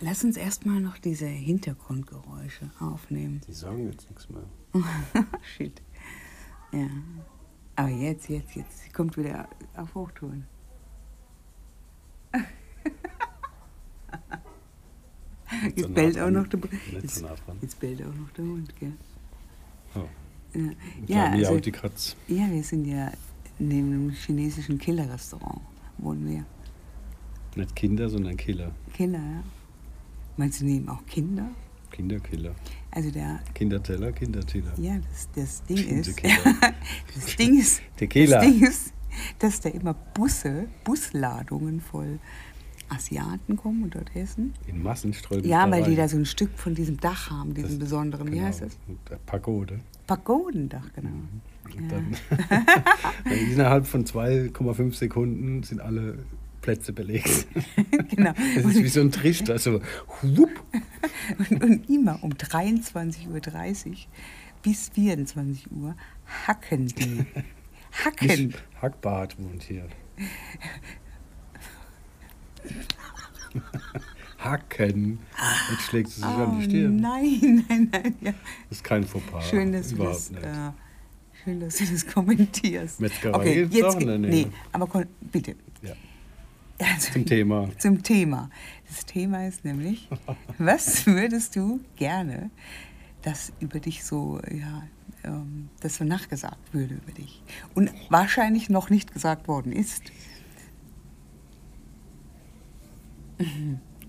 Lass uns erstmal noch diese Hintergrundgeräusche aufnehmen. Die sagen jetzt nichts mehr. Shit. Ja. Aber jetzt, jetzt, jetzt. Sie kommt wieder auf Hochtouren. Nicht so Jetzt nah bellt dran. auch noch der Bu- Nicht so Jetzt- nah dran. Jetzt bellt auch noch der Hund, gell? Oh. Ja, ja, Ja, ja, also, die Katz. ja, wir sind ja neben einem chinesischen Killer-Restaurant wohnen wir. Nicht Kinder, sondern Killer. Killer, ja. Meinst du, nehmen auch Kinder? Kinderkiller. Also der, Kinderteller, Kinderteller. ja, das, das Ding ist, Kinderkiller. das Ding ist, Tequila. das Ding ist, dass da immer Busse, Busladungen voll Asiaten kommen und dort essen. In Massenströmen. Ja, weil die da rein. so ein Stück von diesem Dach haben, diesem Das- besonderen, wie Genau. heißt das? Der Pagode. Pagodendach, genau. Und Ja. dann, weil innerhalb von 2,5 Sekunden sind alle Plätze belegt. genau. Es ist wie Und, so ein Trichter. So, whoop, und, und immer um 23.30 Uhr bis 24 Uhr hacken die. Hacken. Hackbart wohnt hier. Hacken. Jetzt schlägt sie sich an die Stirn. Oh nein, nein, nein. Ja. Das ist kein Fauxpas. Schön, dass du Äh, Überhaupt das, nicht. äh, schön, dass du das kommentierst. Metzgerei gibt's auch in der Nähe. nee, aber kon- bitte. Ja. Also, Zum Thema. Zum Thema. Das Thema ist nämlich, was würdest du gerne, dass über dich so, ja, ähm, dass so nachgesagt würde über dich und wahrscheinlich noch nicht gesagt worden ist?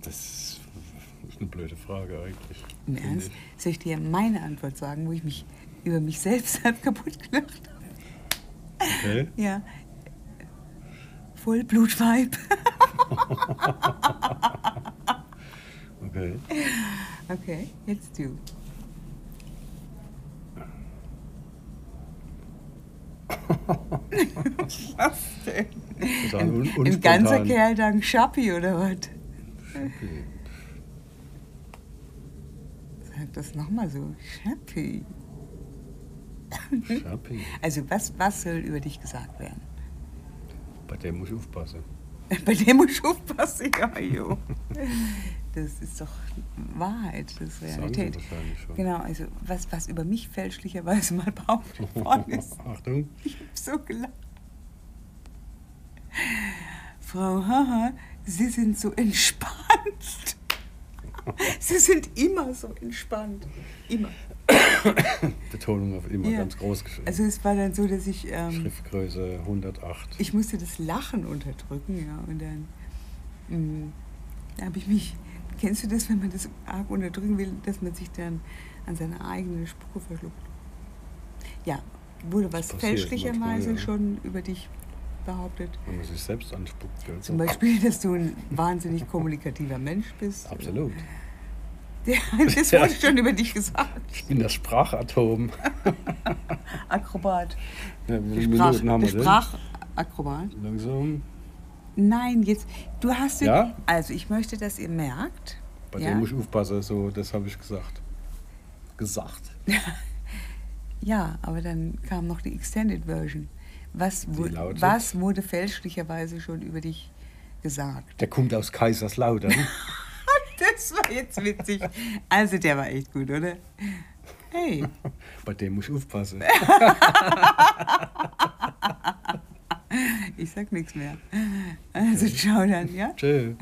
Das ist eine blöde Frage eigentlich. Im Finde Ernst? ich. Soll ich dir meine Antwort sagen, wo ich mich über mich selbst halb kaputt gelacht habe? Okay. Ja. Vollblutweib. okay. Okay, jetzt du. Was denn? Total Ein, un- ein ganzer unspontan. Kerl dank Schappi oder was? Okay. Sag das nochmal so. Schappi. Schappi. Also was, was soll über dich gesagt werden? Bei dem muss ich aufpassen. Bei dem muss ich aufpassen, ja, jo. Das ist doch Wahrheit, das ist Das sagen sie Realität. wahrscheinlich schon. Genau, also was, was über mich fälschlicherweise mal behauptet worden ist. Achtung. Ich hab so gelacht. Frau Haha, Sie sind so entspannt. Sie sind immer so entspannt. Immer. Betonung auf immer Ja. ganz groß geschrieben. Also es war dann so, dass ich, ähm, Schriftgröße 108. ich musste das Lachen unterdrücken, ja. Und dann mm, da habe ich mich, kennst du das, wenn man das arg unterdrücken will, dass man sich dann an seine eigene Spucke verschluckt? Ja, wurde was passiert fälschlicherweise manchmal, ja. schon über dich behauptet? Wenn man sich selbst anspuckt. Gell? Zum Beispiel, dass du ein wahnsinnig kommunikativer Mensch bist. Absolut. Ja, das wurde schon über dich gesagt. Ich bin das Sprachatom. Akrobat. Ja, wie Der viele Sprach- Minuten haben der wir denn? Sprachakrobat. Langsam. Nein, jetzt, du hast den- Ja? Also, ich möchte, dass ihr merkt. Bei ja, dem muss ich aufpassen, so, das habe ich gesagt. Gesagt. ja, aber dann kam noch die Extended Version. Was, wu- lautet? was wurde fälschlicherweise schon über dich gesagt? Der kommt aus Kaiserslautern. Das war jetzt witzig. Also, der war echt gut, oder? Hey. Bei dem muss ich aufpassen. Ich sag nichts mehr. Also ciao dann, ja? Tschö.